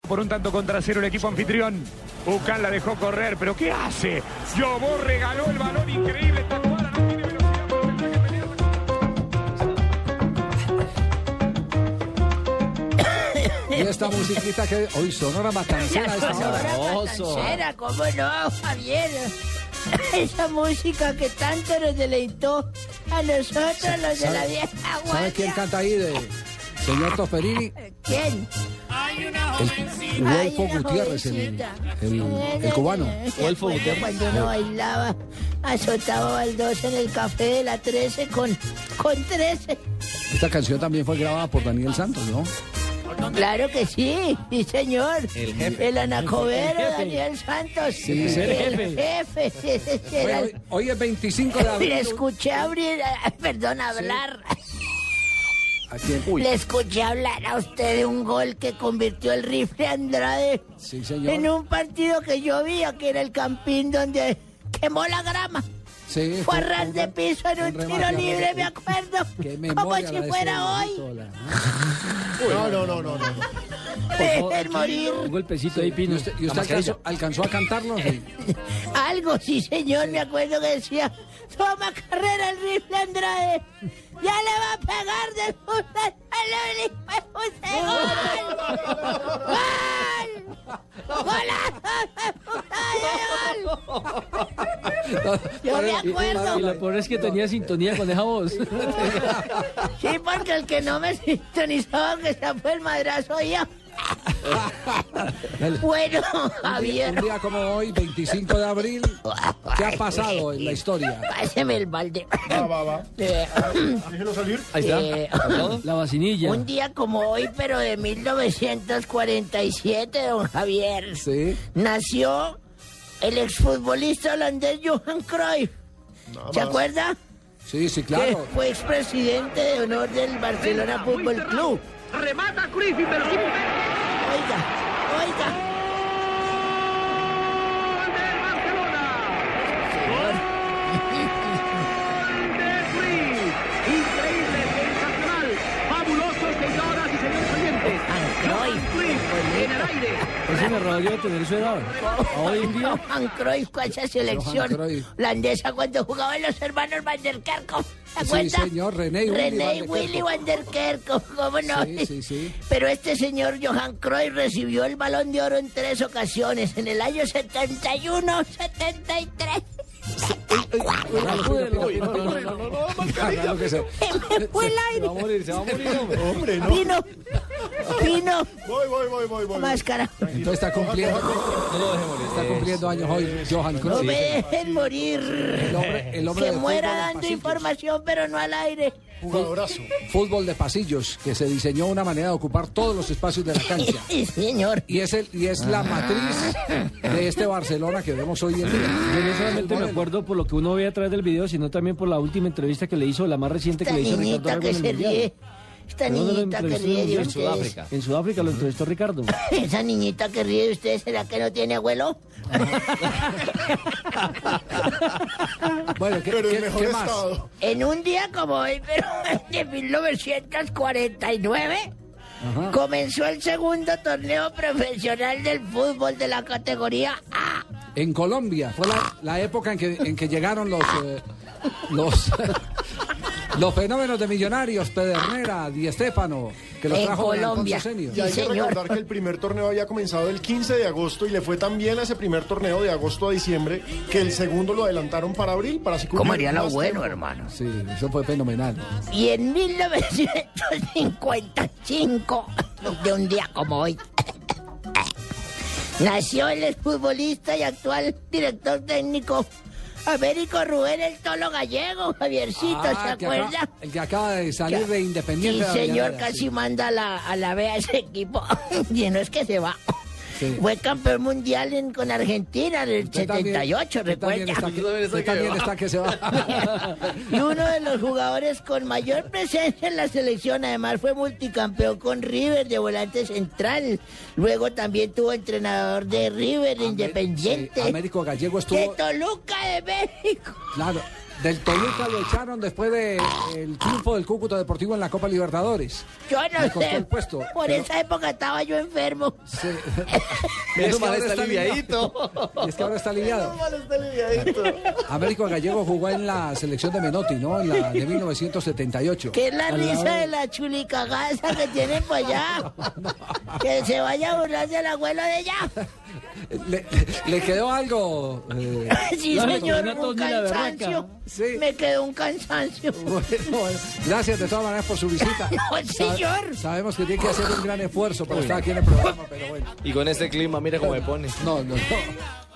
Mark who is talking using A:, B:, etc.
A: por un tanto contra cero el equipo anfitrión. Ucán la dejó correr, pero ¿qué hace? Yobó regaló el balón increíble. Tacuara no tiene velocidad para el ataque, pelea.
B: Y esta musiquita que hoy sonora matancera a esta hora.
C: Sabroso.
D: Era, ¿Cómo no, Javier? Esa música que tanto nos deleitó a nosotros, los de la
B: ¿Sabe-
D: vieja
B: ¿Sabe quién
D: guardia.
B: canta ahí de señor Toferini?
D: ¿Quién?
B: Rodolfo Gutiérrez, el, el- el cubano.
C: Rodolfo Gutiérrez.
D: Cuando uno bailaba, azotaba baldosa en el café de la 13 con, con 13.
B: Esta canción también fue grabada por Daniel Santos, ¿no?
D: Claro que sí, sí señor.
C: El jefe.
D: El anacobero
C: El jefe.
D: Daniel Santos.
B: Sí, sí.
D: El jefe. sí, sí, sí,
B: Hoy,
D: era-
B: hoy- hoy es 25 de
D: Le
B: abril.
D: escuché abrir, eh, perdón, hablar.
B: ¿A quién?
D: Le escuché hablar a usted de un gol que convirtió el rifle Andrade
B: Sí,
D: en
B: señor.
D: un partido que yo vi que era el campín donde quemó la grama.
B: Sí,
D: Fue a
B: un-
D: ras de piso en un
B: remate
D: tiro
B: a ras de
D: libre, me
B: piso.
D: acuerdo.
B: Qué
D: Como
B: memoria la
D: si
B: de
D: fuera
B: ese
D: hoy.
B: Baritola.
C: No, no, no, no. no.
D: Dejen morir.
E: Un golpecito ahí,
B: ¿Y
E: Pino.
B: usted, y usted alcanzó, alcanzó a cantarlo? Sí.
D: Algo, sí, señor, me acuerdo que decía, toma carrera el rifle Andrade, ya le va a pegar de puta al Oli, ¡Gol! ¡Gol! ¡Golazo! Yo me acuerdo.
E: Y lo peor es que tenía sintonía con esa voz.
D: Sí, porque el que no me sintonizaba que se fue el madrazo ya. Bueno,
B: Un
D: Javier,
B: día como hoy, 25 de abril, ¿qué ha pasado en la historia?
D: páseme el balde.
F: Va, va, va.
D: Eh,
F: Déjelo salir.
E: Ahí está.
D: eh,
E: La vacinilla.
D: Un día como hoy, pero de 1947, don Javier,
B: Sí.
D: nació el exfutbolista holandés Johan Cruyff. ¿Se acuerda?
B: Sí, sí,
D: Que
B: claro.
D: fue expresidente de honor del Barcelona Fútbol Club.
A: Remata Cruyff, pero sin pena
D: Oiga, oiga,
A: del Barcelona. De Cruyff. Increíble, sensacional, fabuloso, señoras y señores oyentes.
D: Cruyff.
B: Pues
A: Cruyff en el aire.
E: Ese me rodeó tener su edad. A Hoy en día.
D: Johan Cruyff con esa selección
B: Cruyff.
D: holandesa cuando jugaban los hermanos Van der Kerkhoff. ¿Se
B: Sí,
D: acuerda?
B: señor, René y Willy Van
D: René
B: der
D: y Willy
B: Kerkhoff.
D: Van der Kerkhoff, ¿cómo no?
B: Sí, sí, sí.
D: Pero este señor Johan Cruyff recibió el Balón de Oro en tres ocasiones, en el año 71, 73.
B: Haga lo que sea.
D: Se me fue el aire.
E: a morir, se va a morir, hombre.
F: Hombre, no.
D: Pino, Pino,
F: Voy, voy, voy, voy, voy.
D: máscara.
B: Entonces está cumpliendo, está cumpliendo años hoy Johan
D: No
B: Cruyff.
D: me dejen
B: El
D: morir.
B: hombre, el hombre
D: Que
B: de fútbol de
D: muera dando
B: pasillos.
D: información, pero no al aire.
F: Jugadorazo.
B: Fútbol de pasillos, que se diseñó una manera de ocupar todos los espacios de la cancha.
D: Sí, señor.
B: Y es, el, y es la matriz de este Barcelona que vemos hoy en día.
E: Yo no solamente me acuerdo por lo que uno ve a través del video, sino también por la última entrevista que le hizo, la más reciente Este que
D: Esta
E: le hizo Ricardo
D: niñita
E: Lago
D: que
E: en el
D: se
E: Mundial.
D: ríe. Esta
E: Pero no lo
D: niñita que
E: entrevistó
D: ríe de
E: en
D: ustedes.
E: En Sudáfrica lo entrevistó Ricardo.
D: Esa niñita que ríe de ustedes, ¿será que no tiene abuelo?
B: Bueno, ¿qué,
F: Pero
B: qué-
F: en mejor
B: qué más?
F: estado.
D: En un día como hoy, pero de 1949,
E: Ah.
D: comenzó el segundo torneo profesional del fútbol de la categoría A.
B: En Colombia fue la, la época en que, en que llegaron los, eh, los, los fenómenos de millonarios, Pedernera, Di Estefano, que los
D: En
B: trajo Don
D: Colombia.
B: Alfonso Senio.
F: Y hay que
D: señor.
F: recordar que el primer torneo había comenzado el 15 de agosto y le fue tan bien a ese primer torneo de agosto a diciembre que el segundo lo adelantaron para abril para así
D: ¿Cómo
F: cubrir
D: haría lo
F: más
D: bueno,
F: tiempo.
D: hermano?
B: Sí, eso fue fenomenal.
D: Y en 1955, de un día como hoy, nació el exfutbolista y actual director técnico Américo Rubén El Tolo Gallego, Javiercito, ¿se
B: Ah, que acá-
D: acuerda?
B: el que acaba de salir de Independiente.
D: Sí,
B: de
D: señor,
B: Avellaneda,
D: casi
B: sí.
D: manda a la, a la B a ese equipo. y no es que se va.
B: Sí.
D: Fue campeón mundial en- con Argentina en el
B: Usted también-
D: 78,
B: usted también
D: recuerda.
B: está que- usted también está que se va.
D: Y uno de los jugadores con mayor presencia en la selección, además fue multicampeón con River de volante central. Luego también tuvo entrenador de River, Independiente,
B: Sí, Américo Gallego
D: de
B: estuvo,
D: Toluca de México.
B: claro, Del Toluca lo echaron después del el triunfo del Cúcuta Deportivo en la Copa Libertadores.
D: Yo
B: Me
D: no
B: costó
D: sé.
B: el puesto,
D: Por
B: pero-
D: esa época estaba yo enfermo.
B: Se-
C: Menos
B: Es que
C: mal
B: ahora
C: está
B: aliviado.
C: aliviadito.
B: Y es que ahora está aliviado.
C: Menos mal está aliviadito.
B: Américo Gallego jugó en la selección de Menotti, ¿no? En la de 1978.
D: Que es la risa de la chulicagaza que tienen por allá. Que se vaya a burlarse el abuelo de ella.
B: Le, le quedó algo. eh,
D: Sí,
E: No,
D: señor,
E: no, no,
D: un
E: ni la berraca.
D: cansancio.
B: Sí.
D: Me quedó un cansancio.
B: bueno, bueno. gracias de todas maneras por su visita.
D: No, señor.
B: Sabemos que tiene que hacer un gran esfuerzo para estar aquí en el programa, pero bueno.
C: Y con este clima, mire cómo me pone.
B: No, no, no.